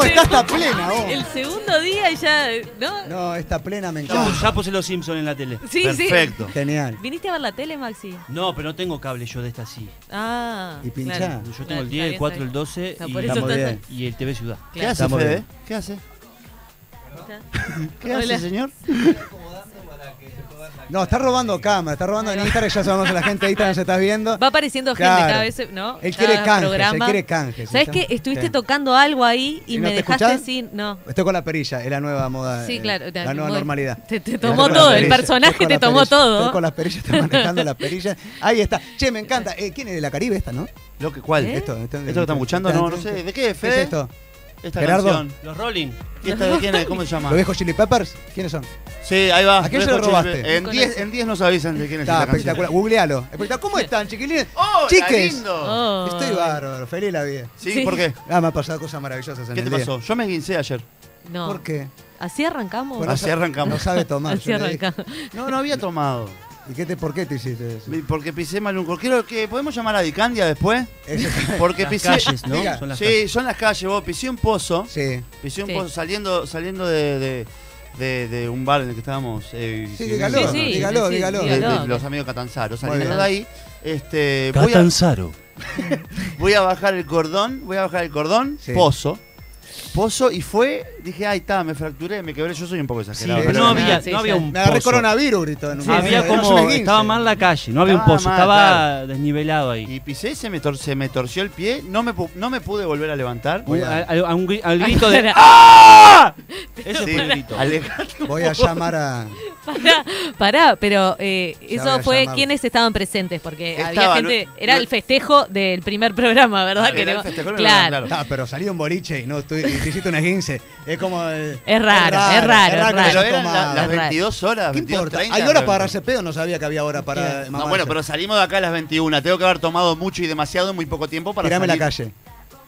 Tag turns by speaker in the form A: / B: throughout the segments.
A: Acá está plena, vos.
B: El segundo día y ya, ¿no?
A: No, esta plena me
C: Ya,
A: encanta.
C: ya puse los Simpsons en la tele.
B: Sí,
D: Perfecto.
A: Genial.
B: ¿Viniste a ver la tele, Maxi?
C: No, pero no tengo cable yo de esta sí.
B: Ah.
A: Y pinchá.
B: claro.
C: Yo tengo
B: Claro,
C: el
B: está
C: 10, el
B: bien,
C: 4, el
B: está
C: 12
B: Está
C: y,
B: por
A: eso
C: Estamos
A: está-
C: bien. y el TV Ciudad.
D: ¿Qué
B: bien.
D: hace,
A: Estamos
D: Fede?
A: bien.
D: ¿Qué hace?
B: Claro.
D: ¿Qué
B: Hola.
D: hace, señor?
A: No, está robando cámara, está robando en Instagram, ya sabemos que la gente de Instagram ya estás viendo.
B: Va apareciendo gente
A: Claro.
B: cada vez, ¿no?
A: Él quiere
B: Cada
A: canjes, él
B: programa.
A: quiere canjes.
B: ¿Sabes
A: ¿está?
B: qué? Estuviste
A: Sí.
B: tocando algo ahí y,
A: ¿Y no
B: me
A: te
B: dejaste
A: escuchás?
B: sin. No.
A: Estoy con la perilla, es la nueva moda.
B: Sí,
A: eh,
B: claro.
A: La nueva
B: Bueno,
A: normalidad.
B: te- te
A: Estoy
B: tomó
A: con la
B: todo, el
A: perilla,
B: personaje
A: estoy con
B: te
A: la
B: tomó
A: perilla,
B: todo.
A: Estoy con las perillas, estoy manejando las perillas. Ahí está. Che, me encanta. Eh, ¿Quién es de la Caribe esta, no?
D: Lo que, ¿Cuál?
B: ¿Eh?
D: ¿Esto,
A: Esto, esto,
D: que estamos escuchando? No, no sé. ¿De qué,
A: ¿Qué es
D: Fede?
A: esto?
D: Esta
A: Gerardo.
D: canción.
C: Los Rolling.
D: ¿Qué está- de quién es? ¿Cómo se llama?
A: ¿Los viejos Chili Peppers? ¿Quiénes son?
D: Sí, ahí va.
A: ¿A quién
D: Red
A: se lo
D: Hot Chili
A: robaste?
D: Peppers. En
B: No
D: 10
B: conozco.
D: en 10 nos avisan de quién es
A: Está
D: esta canción.
A: espectacular. Googlealo. Espectacular. ¿Cómo están, chiquilines?
D: ¡Hola,
A: Chiques.
D: lindo!
B: Oh.
A: Estoy bárbaro. Feliz la vida.
D: Sí,
B: Sí.
D: ¿por qué?
A: Ah, me han pasado cosas maravillosas en
D: ¿Qué
A: el
D: te
A: día.
D: pasó? Yo me guincé ayer.
B: No.
A: ¿Por qué?
B: ¿Así arrancamos?
A: Bueno,
D: Así arrancamos.
A: No sabe tomar.
B: Así
A: yo le dije.
B: arrancamos.
D: No, no había tomado.
A: ¿Y qué te, por qué te hiciste eso?
D: Porque pisé mal un corquero. que ¿Podemos llamar a Dicandia después?
A: Eso-
D: Porque
C: Las
D: pisé.
C: calles, ¿no?
A: Diga.
C: Son las calles.
D: Sí, son las calles, vos. Pisé un pozo.
A: sí.
D: Pisé un
B: Sí.
D: pozo saliendo, saliendo de, de, de- de un bar en el que estábamos. eh,
A: Sí,
D: y-
A: dígalo,
B: Sí, sí,
A: dígalo,
B: sí,
A: dígalo.
D: de- de
B: Dígalo.
D: los amigos Catanzaro.
A: bien.
D: Saliendo de ahí, este, voy, a, voy a bajar el cordón, voy a bajar el cordón,
A: Sí.
D: pozo. Pozo y fue, dije, ahí está, me fracturé, me quebré, yo soy un poco exagerado.
A: Sí,
D: pero
C: no
A: Ah,
C: había,
B: sí,
C: no había
B: sí.
C: un
A: Me agarré
C: pozo.
A: coronavirus, gritó. en un-
B: Sí,
C: había
A: no, yo me
C: como,
A: guince.
C: estaba mal la calle, no había un
D: Estaba
C: pozo,
D: mal,
C: estaba
D: claro.
C: desnivelado ahí.
D: Y pisé, se me, tor- se me torció el pie, no me, pu- no me pude volver a levantar.
A: Voy
C: Un-
A: a-
C: a- a- a un gri- al grito de...
B: Pará.
C: ¡Ah! Ese
D: Sí,
C: fue el grito.
D: alejate.
A: Voy a llamar a.
B: Pará, pará, pero eh,
A: voy
B: eso
A: a
B: fue
A: llamar.
B: quienes estaban presentes, porque había
D: Estaba,
B: gente,
D: no-
B: era
D: no- Ah,
B: el festejo del primer programa, ¿verdad?
D: Era el
B: no-
D: festejo del
B: claro.
D: programa, claro.
A: Ah, pero salió un boliche y no estoy, y te hiciste una guince. Es como. el-
B: Es raro, es raro, es
A: que
B: raro.
D: Pero
A: haya
D: eran la-
A: tomado.
D: las
B: Es raro.
D: 22 horas,
A: ¿Qué
D: 22,
A: importa?
D: 30,
A: Hay horas
D: pero-
A: para agarrarse pedo, no sabía que había hora para.
D: No,
A: mamarse.
D: bueno, pero salimos de acá a las 21. Tengo que haber tomado mucho y demasiado en muy poco tiempo para
A: Tirame la
D: salir.
A: calle.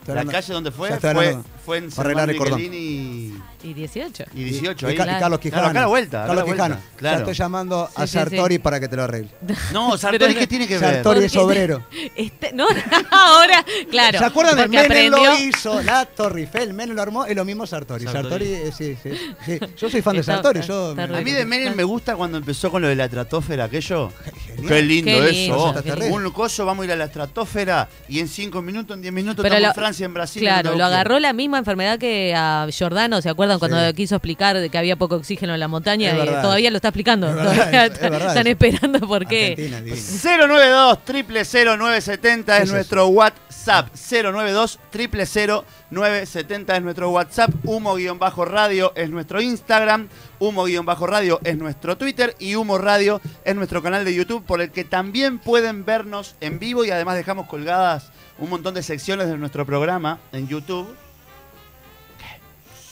A: Estoy
D: La
A: hablando-
D: calle donde fue
A: Ya estoy
D: fue,
A: hablando.
D: fue en
A: Para arreglar el cordón.
D: Miguelín y,
B: Y 18.
D: y ¿eh? 18.
A: Y,
D: ahí.
A: Ca- y
B: Claro.
A: Carlos Quijano.
D: Claro, acá a la vuelta, acá a la
A: Carlos
D: vuelta.
A: Quijano.
D: Claro.
A: Ya estoy llamando
B: Sí,
A: a
B: sí,
A: Sartori
B: sí.
A: para que te lo arregle.
D: No, Sartori,
B: Pero-
D: ¿qué tiene que ver?
A: Sartori
B: Porque
A: es obrero.
B: Este- no, ahora, claro.
A: ¿Se acuerdan de
B: porque
A: Menem
B: aprendió-
A: lo hizo? La Torre Eiffel, Menem lo armó, es lo mismo Sartori. Sartori,
C: Sartori.
A: eh, sí, sí, sí. Yo soy fan de
B: Está-
A: Sartori.
B: está-
A: Yo,
B: está
A: me-
B: re
D: A mí de Menem me gusta cuando empezó con lo de la estratosfera, aquello.
A: Genial.
D: Qué lindo
B: Qué lindo,
D: eso.
A: qué lindo.
D: Un coso, vamos a ir a la estratosfera y en 5 minutos, en 10 minutos
B: Pero
D: estamos
B: lo-
D: en Francia, en Brasil.
B: Claro,
D: en
B: lo
D: Tokio.
B: agarró la misma enfermedad que a Giordano, ¿se acuerdan? Cuando
A: Sí.
B: quiso explicar de que había poco oxígeno en la montaña,
A: Es
B: y
A: verdad.
B: todavía lo está explicando.
A: Es verdad
B: Todavía
A: eso, es
B: están-
A: verdad
B: están
A: eso.
B: esperando por qué. Pues
A: Argentina, divino.
D: 092 000 970
A: ¿Qué
D: es
A: es
D: nuestro WhatsApp. 092 000 970 es nuestro WhatsApp. Humo-radio es nuestro Instagram. Humo-radio es nuestro Twitter. Y Humo Radio es nuestro canal de YouTube por el que también pueden vernos en vivo y además dejamos colgadas un montón de secciones de nuestro programa en YouTube.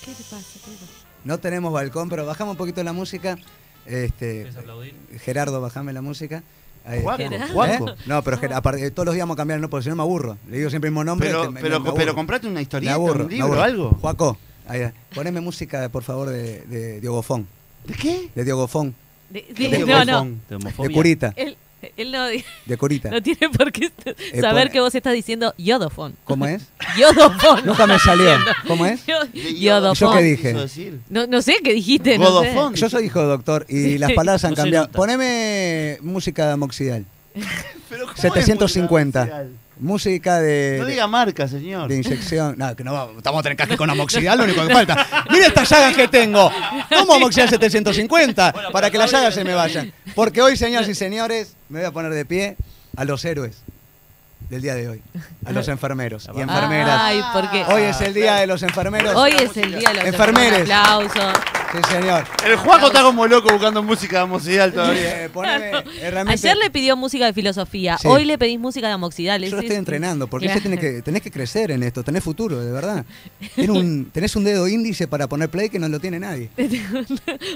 B: ¿Qué te pasa? ¿Qué te pasa?
A: No tenemos balcón, pero bajamos un poquito la música. Este,
C: ¿Quieres aplaudir?
A: Gerardo, bajame la música. Ahí.
D: Juaco,
A: ¿Eh?
D: Juaco.
A: No, pero Ger- aparte, todos los días vamos a cambiar, no, porque si no me aburro. Le digo siempre el mismo nombre.
D: Pero,
A: que me-
D: pero,
A: me aburro.
D: pero comprate una
A: Me
D: historieta,
A: aburro.
D: un
A: me
D: libro,
A: aburro.
D: algo.
A: Juaco, ahí va. poneme música, por favor, de, de Diogo Fon.
D: ¿De qué?
A: De Diogo Fon.
B: De-
A: te
B: de- no, no.
C: De
A: De
C: homofobia.
A: Curita.
B: Él, él no,
A: De Curita.
B: no tiene por qué saber
A: pone-
B: que vos estás diciendo yodofón.
A: ¿Cómo es?
B: Yodofón.
A: Nunca me salió. ¿Cómo es?
D: ¿De
B: Yodofón.
A: ¿Yo qué dije?
D: quiso decir?
B: No, no sé qué dijiste. No sé.
D: Godofón.
A: Yo soy hijo de doctor y las palabras han
C: No se
A: cambiado.
C: nota.
A: Poneme música moxidal.
D: Pero ¿cómo es
A: 750.
D: musical?
A: Música de,
D: No
A: de-
D: diga marca, señor.
A: de inyección. No, que no vamos, estamos a tener caje con amoxidal, lo único que falta. Mira estas llagas que tengo. ¿Cómo amoxidal 750? Para que las llagas se me vayan. Porque hoy, señoras y señores, me voy a poner de pie a los héroes del día de hoy. A
B: Ah.
A: los enfermeros y enfermeras.
B: Ay, porque
A: Hoy es el día de los enfermeros.
B: Ah. hoy es el día de los
A: Enfermeres.
B: Un aplauso.
A: Sí, señor.
D: El Juaco está como loco buscando música de Mocidal todavía.
A: Eh, poneme, eh, realmente-
B: Ayer le pidió música de filosofía,
A: Sí.
B: hoy le pedís música de amoxidal.
A: Yo
B: es-
A: lo estoy
B: es-
A: entrenando, porque
B: Claro.
A: usted tiene que, tenés que crecer en esto, tenés futuro, de verdad. Tenés un, tenés un dedo índice para poner play que no lo tiene nadie.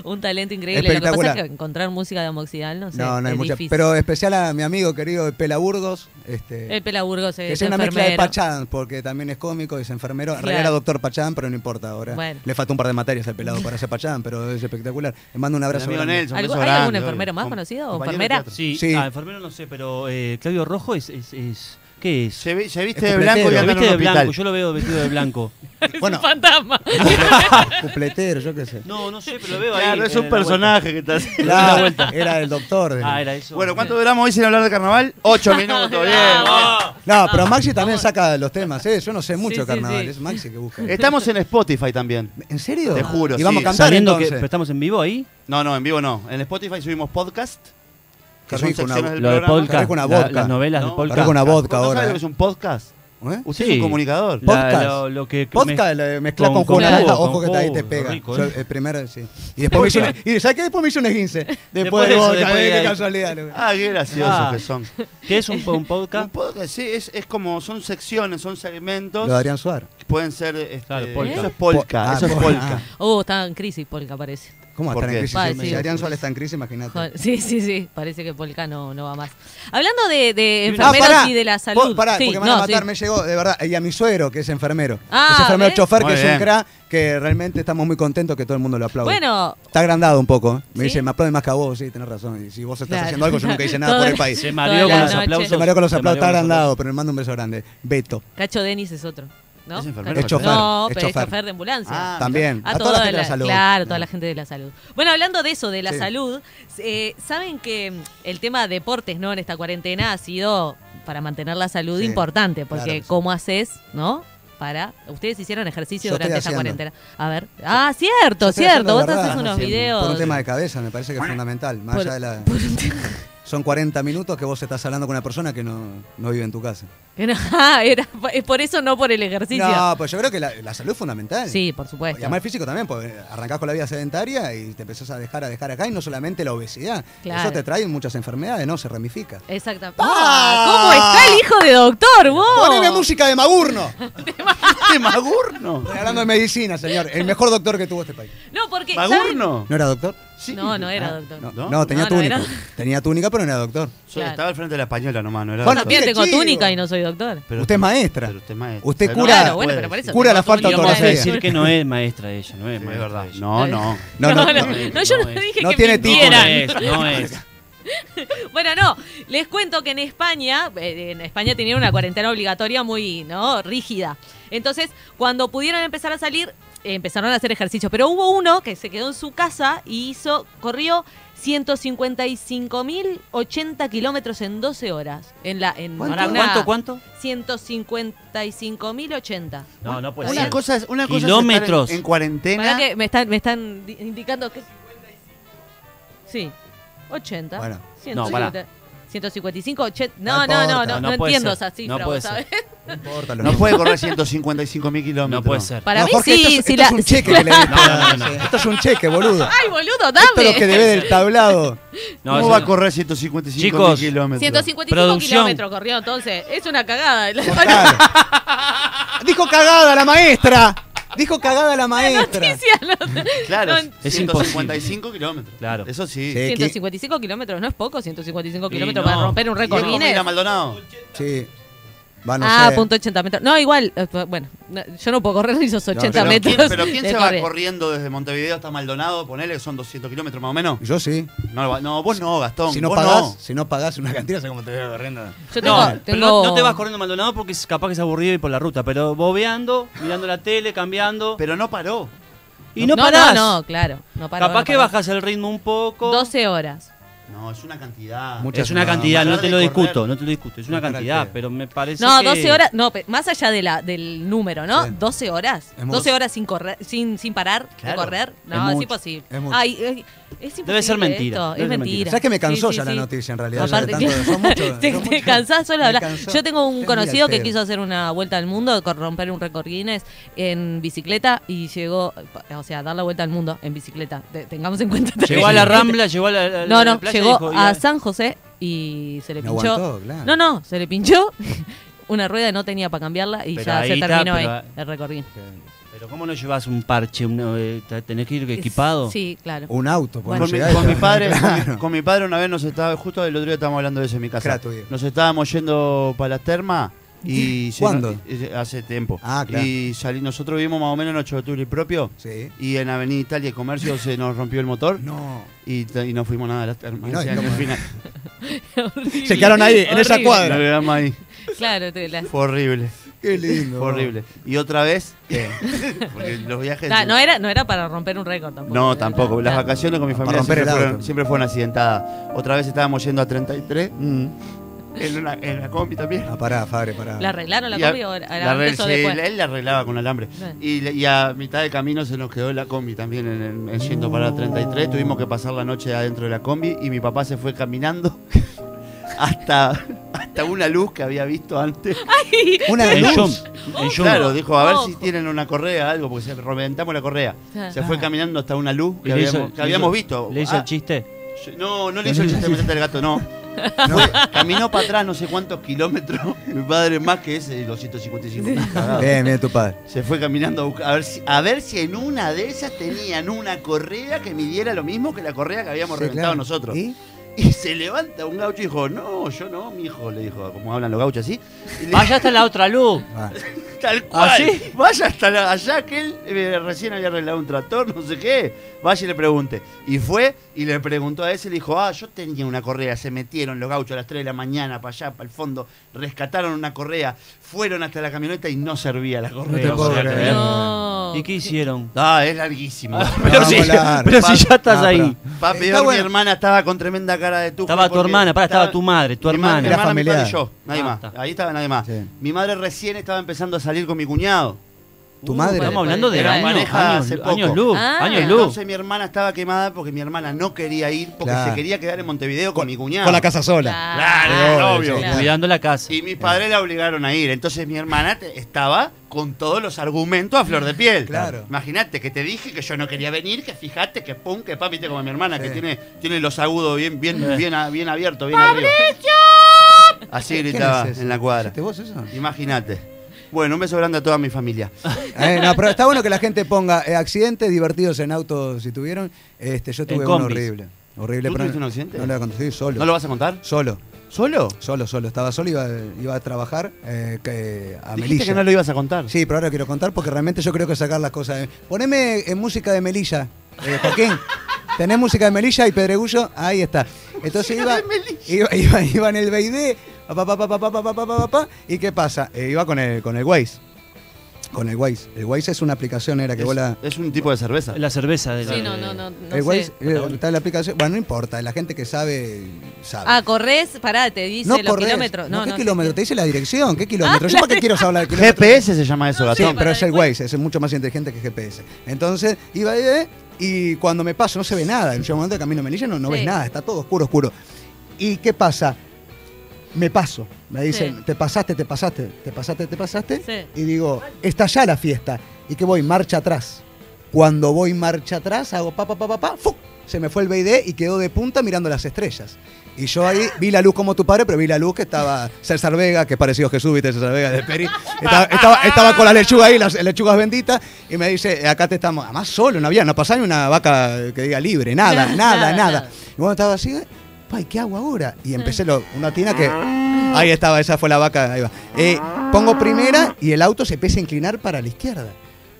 B: Un talento increíble. Lo que pasa es
A: Espectacular.
B: que encontrar música de amoxidal, no sé,
A: no, no hay
B: es
A: mucha.
B: difícil.
A: Pero especial a mi amigo querido Pelaburgos, este,
B: el Pelaburgo se
A: que es una mezcla de Pachán, porque también es cómico, es enfermero. En realidad
B: Claro.
A: era doctor Pachán, pero no importa ahora.
B: Bueno.
A: Le falta un par de materias al pelado para ser Pachán, pero es espectacular. Le mando un
D: El
A: abrazo.
D: amigo
A: grande.
D: Nelson,
B: ¿Algo-
D: beso
B: hay
D: grande,
B: algún enfermero
D: obvio.
B: más
D: Com-
B: conocido o
D: compañero de
B: enfermera?
D: teatro.
C: Sí,
A: Sí.
C: ah, enfermero no sé, pero eh, Claudio Rojo es, es, es ¿Qué es?
D: Se, vi- se viste
A: Es
D: de blanco y
A: completero.
C: Lo
D: anda en
C: viste
D: un
C: de
D: hospital.
C: blanco, yo lo veo vestido de blanco.
A: Bueno,
B: Fantasma.
A: cupletero, yo qué sé.
C: No, no sé, pero lo veo ahí.
D: Claro, es un personaje que está haciendo.
A: Claro, era el doctor. de-
C: Ah, era eso.
D: Bueno, ¿cuánto duramos hoy sin hablar de carnaval? Ocho minutos, bien.
C: Ah,
A: No, pero Maxi
B: vamos.
A: también saca los temas, ¿eh? Yo no sé mucho
B: Sí,
A: de
B: sí,
A: carnaval,
B: sí.
A: es Maxi que busca.
D: Estamos en Spotify también.
A: ¿En serio?
D: Te juro,
A: Y vamos
D: sí.
A: a cantar
C: Sabiendo que
A: entonces.
C: pero estamos en vivo ahí,
D: No, no, en vivo no. En Spotify subimos podcast.
A: Qué
D: Que son
A: rico, una-
D: secciones del
C: lo de
D: programa.
A: Carré
C: Polka,
A: con una
C: la-
A: vodka.
C: las novelas de
D: No,
C: Polka.
A: carré con una
D: ¿Vos
A: vodka
D: no sabés
A: ahora,
D: lo que
A: eh.
D: es un podcast?
A: ¿Eh?
D: Usted
C: Sí.
D: es un comunicador.
C: La-
A: Podcast.
C: lo, lo que
A: Podcast le mezclas con,
C: con-
A: Juana,
B: con
A: ojo
C: jugo,
A: que
C: con
A: ahí
C: jugo,
A: te pega.
C: rico,
A: Yo,
C: ¿eh?
A: el primero, sí. Y después me hizo una- y ¿sabes qué? Después me hizo un esguince. Después,
C: Después
A: de
C: eso,
A: Boca,
C: después
A: ¿eh?
C: de
A: qué
C: ahí.
A: casualidad. lo-
D: Ah, qué graciosos
C: Ah.
D: que son.
C: ¿Qué es un, un
D: Un
C: podcast?
D: podcast, sí, es, es como, son secciones, son segmentos.
A: Lo de Adrián Suárez.
D: que Pueden ser. este,
C: Claro, polka.
D: Eso es polka.
A: Ah,
D: eso es
A: polka.
D: polka.
B: Oh, está en crisis Polka, parece.
A: ¿Cómo
D: ¿Por
A: están
D: qué?
A: en crisis?
B: Vale,
A: Si
B: sí.
A: Adrián Suárez está en crisis, imagínate.
B: Joder, Sí, sí, sí. Parece que Polka no, no va más. Hablando de, de
C: Ah,
B: enfermeros
A: pará.
B: y de la
A: Vos,
B: salud.
A: pará,
B: Sí,
A: porque me van a
B: no, sí.
A: matar, me llegó, de verdad. Y a mi suegro, que es enfermero.
B: Ah,
A: es enfermero
B: ¿ves?
A: chofer,
D: Muy
A: que es
D: bien.
A: un crack, que realmente estamos muy contentos que todo el mundo lo aplaude.
B: Bueno,
A: Está agrandado un poco. ¿eh? Me
B: ¿Sí?
A: dice, me aplaude más que a vos, sí, tenés razón. Y si vos estás
B: Claro.
A: haciendo algo, yo nunca hice nada por el
B: Todo-
A: país.
C: Se
A: Se
C: mareó
B: Toda
C: con
B: la
C: los
B: noche.
C: aplausos.
B: Se
A: mareó con los aplausos, está
C: mareó con los
A: agrandado, pero le mando un beso grande. Beto.
B: Cacho Denis es otro. ¿No?
D: Es enfermero.
A: Es chofer,
B: No,
A: es
B: pero es
A: chofer.
B: chofer de ambulancia.
D: Ah,
A: También.
B: A,
A: A, toda la gente de la salud.
B: Claro, toda
A: Ah.
B: la gente de la salud. Bueno, hablando de eso, de la
A: Sí.
B: salud, eh, saben que mm, el tema de deportes, ¿no? En esta cuarentena ha sido, para mantener la salud,
A: Sí,
B: importante, porque
A: claro que sí.
B: cómo haces, ¿no? Para. Ustedes hicieron ejercicio
A: Yo
B: durante esta
A: estoy haciendo.
B: cuarentena. A ver. Ah, cierto,
A: estoy haciendo
B: cierto. Vos
A: de verdad,
B: haces unos
D: haciendo.
B: videos.
A: Por un tema de cabeza, me parece que es fundamental. Más
B: Por-
A: allá de la-
B: por un tema-
A: Son 40 minutos que vos estás hablando con una persona que no, no vive en tu casa.
B: Ah, era, es por eso, no por el ejercicio.
A: no, pues yo creo que la, la salud es fundamental.
B: Sí, por
A: Y
B: supuesto.
A: además el físico también, porque arrancás con la vida sedentaria y te empezás a dejar a dejar acá, y no solamente la obesidad.
B: Claro.
A: Eso te trae muchas enfermedades, ¿no? Se ramifica.
B: Exactamente.
A: ¡Ah!
B: ¡Ah! ¿Cómo está el hijo de doctor, vos?
A: Poneme música de Magurno. Ah.
D: ¿De Magurno?
A: Estoy hablando de medicina, señor. El mejor doctor que tuvo este país.
B: No, porque. ¿saben?
D: ¿Magurno?
A: ¿No era doctor?
D: Sí.
B: No, no era
A: Ah,
B: doctor.
A: No,
D: ¿No?
A: no, tenía
B: No, no
A: túnica.
B: era.
A: Tenía túnica, pero no era doctor.
D: Yo
B: Claro.
D: Estaba al frente de la española nomás, no era
A: Bueno,
D: doctor.
B: Yo
A: Qué
B: tengo
A: chivo.
B: túnica y no soy doctor.
D: Pero-
A: usted es maestra.
D: pero usted es maestra.
A: Usted
D: No,
A: cura- pues,
D: no
B: Claro, bueno,
D: puede
B: pero para
D: decir.
B: eso
A: Cura la
B: tengo
A: falta de
B: túnica. pues.
C: Íbamos a
A: ortografía.
C: decir que no es maestra ella, no es
D: Sí, es
C: maestra
D: verdad.
C: ella.
D: No, no.
A: No, no,
B: No,
A: no.
B: no, no, yo no
C: No es.
B: dije
A: No
B: que
A: tiene eh.
C: No
A: Eran.
B: mintieran.
C: es, no es.
B: Bueno, no, les cuento que en España, eh, en España tenían una cuarentena obligatoria muy, ¿no? rígida. Entonces, cuando pudieron empezar a salir, eh, empezaron a hacer ejercicio, pero hubo uno que se quedó en su casa y hizo corrió 155.080 kilómetros en 12 horas. En la en para
C: ¿Cuánto,
B: una-
C: cuánto, cuánto?
B: 155.080.
C: No, no puede
B: Una
C: ser.
D: Una cosa es una cosa es
C: Kilómetros.
D: estar en, en cuarentena.
B: Pará Pues que me están, me están di- indicando que. Sí. 80.
A: Bueno.
C: No,
B: 150,
C: pará.
B: 155, 80.
A: No
B: No, no, no,
A: importa.
B: no,
C: No
B: no
C: puede
B: entiendo
C: ser.
B: esa cifra,
C: No puede
B: vos sabés.
A: No importa lo
D: No
A: mismo.
D: puede correr 155 mil kilómetros.
C: No puede ser.
B: Para
A: No,
B: mí
A: Jorge,
B: sí,
A: esto es,
B: si
A: esto
B: la-
A: es un cheque que le diste.
C: No, no, no, no.
A: Esto es un cheque, boludo. Esto
B: Ay, boludo,
A: es lo que
B: dame.
A: debe del tablado.
C: No,
D: ¿Cómo
C: eso
D: va a
C: no.
D: correr 155 mil
C: Chicos.
D: kilómetros?
B: 155
C: Producción.
B: kilómetros corrió entonces. Es una cagada. La-
A: Claro. Dijo cagada la maestra. Dijo cagada la maestra.
B: noticia, no-
D: Claro,
B: No,
C: es
D: 155 kilómetros.
C: Claro.
D: Eso sí.
A: Sí.
B: 155 kilómetros, no es poco, 155
C: Y
B: kilómetros
C: no.
B: para romper un
D: ¿Y es
B: récord
D: como
B: Guinness.
D: ir a Maldonado.
A: Sí. Va, no
B: ah,
A: sé.
B: punto 80 metros. No, igual, eh, bueno, no, yo no puedo correr esos 80
A: pero
D: Pero
B: metros.
D: ¿quién, pero ¿quién
B: de
D: se va
B: correr.
D: corriendo desde Montevideo hasta Maldonado? Ponele que son 200 kilómetros más o menos.
A: Yo sí.
D: No, va- no, vos no, Gastón.
A: Si no
D: vos
A: pagás,
D: no.
A: si no pagás una cantidad, sé cómo te veo corriendo.
B: Yo tengo,
C: No, pero no,
B: tengo-
C: no te vas corriendo a Maldonado porque es capaz que es aburrido y por la ruta, pero bobeando, mirando la tele, cambiando
D: Pero no paró.
C: y no,
B: no,
C: parás.
B: No, no, claro. No paro,
C: capaz
B: no
C: que
B: paro.
C: bajas el ritmo un poco.
B: 12 horas.
D: No, es una cantidad.
A: Mucho.
C: Es una
A: No,
C: cantidad,
D: más
C: no te lo
D: de
C: discuto,
D: correr.
C: no te lo discuto, es una
A: Entrar al
C: cantidad,
A: pedo.
C: pero me parece
B: No,
C: que-
B: 12 horas, no, pe- más allá de la, del número, ¿no?
A: Sí.
B: 12 horas.
A: Es mucho.
B: 12 horas sin correr, sin, sin parar
D: Claro.
B: de correr.
A: Es
B: No, es,
A: mucho.
B: imposible.
A: Es mucho.
B: Ay, es, es imposible
C: Debe ser mentira,
B: esto, es
C: debe ser mentira.
B: mentira.
A: ¿Sabes que me cansó
B: Sí,
A: ya
B: sí,
A: la
B: sí.
A: noticia en realidad?
B: Aparte,
A: ya de tanto- son muchos-
B: te,
A: son
B: te
A: muchos.
B: cansás solo
A: Me
B: de hablar.
A: cansó.
B: Yo tengo un
A: Estoy
B: conocido
A: muy al
B: que
A: pedo.
B: quiso hacer una vuelta al mundo, con romper un récord Guinness en bicicleta y llegó, o sea, dar la vuelta al mundo en bicicleta. Te- tengamos en cuenta.
C: Llegó a la Rambla, llegó a la, a la-
B: No,
C: a la
B: no,
C: playa y
B: llegó
C: dijo,
B: a
C: "Ya".
B: San José y se le
A: No
B: pinchó.
A: aguantó, claro.
B: No, no, se le pinchó. Una rueda no tenía para cambiarla y
C: Pero
B: ya
C: ahí
B: se
C: está,
B: terminó
C: pero
B: ahí
C: ahí-
B: el recorrido.
C: Pero ¿cómo no llevas un parche? una- eh, te- ¿Tenés que ir equipado? Uh.
B: Sí, claro.
A: Un auto, porque
B: Bueno.
A: no
D: Con, mi,
A: llegás.
D: con mi padre, con mi-
A: Claro.
D: con mi padre una vez nos estaba, justo el otro día estábamos hablando de eso en mi casa.
A: Crato, viejo.
D: Nos estábamos yendo para la terma y se nos-
A: ¿Cuándo?
D: eh, hace tiempo.
A: Ah, claro.
D: Y salí, nosotros vivimos más o menos en Ocho de Octubre propio
A: Sí.
D: y en Avenida Italia y Comercio se nos rompió el motor
A: No.
D: y, t- y no fuimos nada a la terma.
A: Y no,
D: O sea,
A: y
D: que
A: no-
D: al final,
B: Horrible,
A: Se quedaron ahí, en esa
B: horrible.
A: cuadra.
D: nos quedamos ahí.
B: Claro, te la-
D: Fue horrible.
A: Qué lindo.
D: Fue horrible. Y otra vez, eh, porque los viajes.
B: Ah, no, era, no era para romper un récord tampoco.
D: No, tampoco. Las
B: Claro.
D: vacaciones con mi familia
A: romper
D: siempre
A: el auto.
D: fueron, siempre fueron accidentadas. Otra vez estábamos yendo a 33
A: Mm.
D: en, una, en la combi también.
A: Ah, pará, Fabre, pará.
B: ¿La arreglaron la
D: Y a-
B: combi o era
D: la arregl-
B: antes o
D: sí,
B: después?
D: él la arreglaba con alambre.
B: Bien.
D: Y, le- y a mitad de camino se nos quedó la combi también en, el- en yendo para la 33. Tuvimos que pasar la noche adentro de la combi y mi papá se fue caminando hasta, hasta una luz que había visto antes.
A: Una
C: En John.
A: luz.
C: En John.
D: Claro, dijo, a ver si
B: Ojo.
D: tienen una correa, algo, porque se reventamos la correa.
B: Claro.
D: Se fue caminando hasta una luz
C: Y
D: que
C: le hizo-
D: habíamos, que
C: le hizo-
D: habíamos visto.
C: Le hizo
D: Ah,
C: el chiste.
D: yo- No, no le hizo el chiste de meterte el gato, no.
A: No.
D: Caminó para atrás no sé cuántos kilómetros. Mi padre más que ese, los 155. Cagado.
A: Bien, bien, tu padre.
D: Se fue caminando a buscar, a ver, si, a ver si en una de esas tenían una correa que midiera lo mismo que la correa que habíamos
A: Sí,
D: reventado
A: claro.
D: nosotros.
A: ¿Y?
D: Y se levanta un gaucho y dijo, no, yo no, mi hijo, le dijo, como hablan los gauchos así. Y le-
C: Allá Ah, está la otra luz.
A: Ah.
D: Tal cual.
C: ¿Así?
D: Vaya hasta la- allá que él eh, recién había arreglado un tractor, no sé qué. Vaya y le pregunte. Y fue y le preguntó a ese, le dijo, ah, yo tenía una correa. Se metieron los gauchos a las 3 de la mañana para allá, para el fondo. Rescataron una correa. Fueron hasta la camioneta y no servía la
A: No
D: correa.
A: te puedo
D: O sea,
A: creer.
D: que-
B: No.
C: ¿Y qué hicieron?
D: Ah, es larguísimo.
C: Pero,
A: Vamos
C: si,
A: a hablar.
C: pero si ya estás
A: Ah,
C: ahí.
D: Papi,
A: Está
D: mi
A: bueno.
D: hermana estaba con tremenda cara de tu.
C: Estaba tu hermana, pará, estaba tu madre, tu hermana.
D: Mi
A: Era
D: hermana, mi padre
A: familiar.
D: y yo, nadie
C: Ah,
D: más.
C: está.
D: Ahí estaba nadie más.
A: Sí.
D: Mi madre recién estaba empezando a salir con mi cuñado.
A: Tu madre.
C: Estamos hablando de
D: Era
C: años,
D: pareja
C: años,
D: hace poco.
C: años luz.
B: Ah.
C: Años luz.
D: Entonces mi hermana estaba quemada porque mi hermana no quería ir porque
A: Claro.
D: se quería quedar en Montevideo con mi cuñado.
A: Con la casa sola.
D: Claro,
B: Ah,
D: obvio.
B: claro.
C: Cuidando la casa.
D: Y mis padres la obligaron a ir. Entonces mi hermana te- estaba con todos los argumentos a flor de piel.
A: Claro.
D: Imagínate que te dije que yo no quería venir, que fijate que pum, que papi, te como mi hermana, que
A: Sí.
D: tiene, tiene los agudos bien, bien, bien, a- bien abiertos, bien arriba. Así
A: ¿Quién
D: gritaba
A: es ese?
D: en la cuadra.
A: ¿Hiciste vos eso?
D: Imagínate. Bueno, un beso grande a toda mi familia.
A: Eh, no, pero está bueno que la gente ponga eh, accidentes divertidos en autos si tuvieron. Este, yo tuve
C: En
A: uno
C: combis.
A: horrible. Horrible,
D: ¿Tú
A: pero
D: tuviste un accidente?
A: No lo voy a contar, sí, solo.
D: ¿No lo vas a contar?
A: Solo,
D: ¿Solo?
A: solo, solo. Estaba solo, iba, iba a trabajar eh, que- a
D: Dijiste
A: Melilla.
D: que no lo ibas a contar.
A: Sí, pero ahora quiero contar porque realmente yo creo que sacar las cosas. de- Poneme en música de Melilla, eh, Joaquín. ¿Tenés música de Melilla y Pedregullo? Ahí está. Entonces iba, iba, iba, iba en el BD, pa, pa, pa, pa, pa, pa, pa, pa, pa, pa, ¿y qué pasa? Eh, iba con el, con el Waze. Con el Waze. El Waze es una aplicación, era que
D: es,
A: vos la...
D: es un tipo de cerveza.
C: La cerveza de la-
B: Sí, no, no, no. no
A: el Waze
B: sé.
A: eh, está en la aplicación. Bueno, no importa, la gente que sabe, sabe.
B: Ah, corres, pará, te dice los
A: corres.
B: kilómetros.
A: No,
B: No,
A: ¿Qué
B: no, Ah,
A: kilómetro?
B: sí,
A: Te dice la dirección, ¿qué kilómetro? ¿Yo para qué quiero hablar de kilómetros?
D: GPS se llama eso,
A: Sí,
D: Gastón.
A: pero es el
B: después.
A: Waze, es mucho más inteligente que GPS. Entonces, iba ahí, eh, y cuando me paso no se ve nada. En un momento de camino a Melilla no, no ves
B: Sí.
A: nada, está todo oscuro, oscuro. ¿Y qué pasa? Me paso. Me dicen,
B: Sí.
A: te pasaste, te pasaste, te pasaste, te pasaste.
B: Sí.
A: Y digo, está ya la fiesta. Y que voy, marcha atrás. Cuando voy marcha atrás, hago pa, pa, pa, pa, pa, ¡fu! Se me fue el BD y quedó de punta mirando las estrellas. Y yo ahí vi la luz como tu padre, pero vi la luz que estaba César Vega, que es parecido a Jesús, viste, César Vega de Peri. Estaba, estaba- estaba con la lechuga ahí, las lechugas benditas, y me dice, acá te estamos, además solo, no había, no pasaba ni una vaca que diga libre, nada,
B: Nada,
A: nada,
B: nada.
A: nada. Y bueno, estaba así, "Pa, ¿y ¿qué hago ahora? Y empecé lo, una tina que... Ahí estaba, esa fue la vaca, ahí va. Eh, pongo primera y el auto se empieza a inclinar para la izquierda.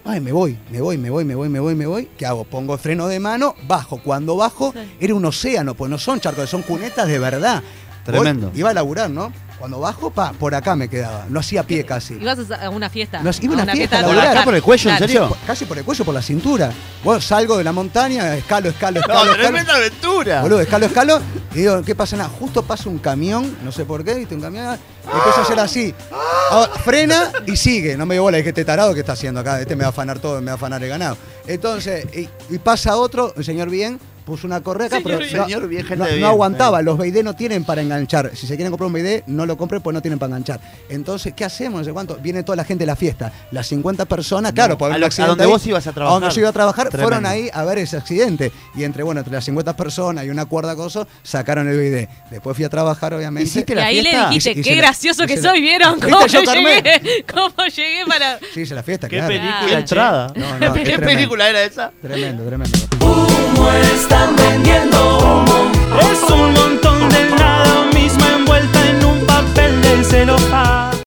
A: Ay, me voy, me voy, me voy, me voy, me voy, me voy. ¿Qué hago? Pongo el freno de mano, bajo. Cuando bajo,
B: Sí.
A: era un océano, pues no son charcos, son cunetas de verdad.
D: Tremendo.
A: Voy- iba a laburar, ¿no? Cuando bajo, pa, por acá me quedaba. No hacía pie casi.
B: Ibas a sa- a una fiesta.
A: Nos iba a una fiesta
B: de
A: a
D: ¿Por
A: laburar.
D: acá por el cuello, en
B: Claro.
D: serio?
A: Casi por el cuello, por la cintura. Bueno, salgo de la montaña, escalo, escalo, escalo.
D: No,
A: escalo.
D: tremenda aventura.
A: Boludo, escalo, escalo. Y digo, ¿qué pasa? Nada, justo pasa un camión, no sé por qué, viste, un camión. Y empieza a hacer así. Ahora, frena y sigue. No me dio bola, dije, este tarado que está haciendo acá, este me va a afanar todo, me va a afanar el ganado. Entonces, y, y pasa otro, el señor bien, puso una correa acá, pero
D: bien.
A: no,
D: Señor bien, gente
A: no-
D: de
A: no
D: bien.
A: aguantaba. Los BD no tienen para enganchar. Si se quieren comprar un BD, no lo compren, pues no tienen para enganchar. Entonces, ¿qué hacemos? No sé cuánto. Viene toda la gente de la fiesta. Las 50 personas, claro, por
D: a
A: haber
D: lo-
A: un
D: a
A: accidente
D: donde
A: ahí,
D: vos ibas a trabajar.
A: donde yo iba a trabajar,
D: Tremendo.
A: fueron ahí a ver ese accidente. Y entre, bueno, entre las 50 personas y una cuerda coso, sacaron el video. Después fui a trabajar, obviamente.
D: ¿Hiciste
B: Y
D: la
B: ahí le
D: fiesta?
B: dijiste,
A: Hice- hice
B: qué
A: la-
B: gracioso que
A: hice la-
B: soy, ¿vieron?
A: ¿Viste,
B: ¿Cómo
A: yo, Carmen?
B: llegué? ¿Cómo llegué para...?
A: Sí, hice la fiesta,
C: Qué
A: claro.
C: película
B: Claro.
C: entrada.
A: No, no, es
D: Ah. ¿Qué
A: tremendo,
D: película era esa?
A: Tremendo, tremendo.
E: Humo están vendiendo.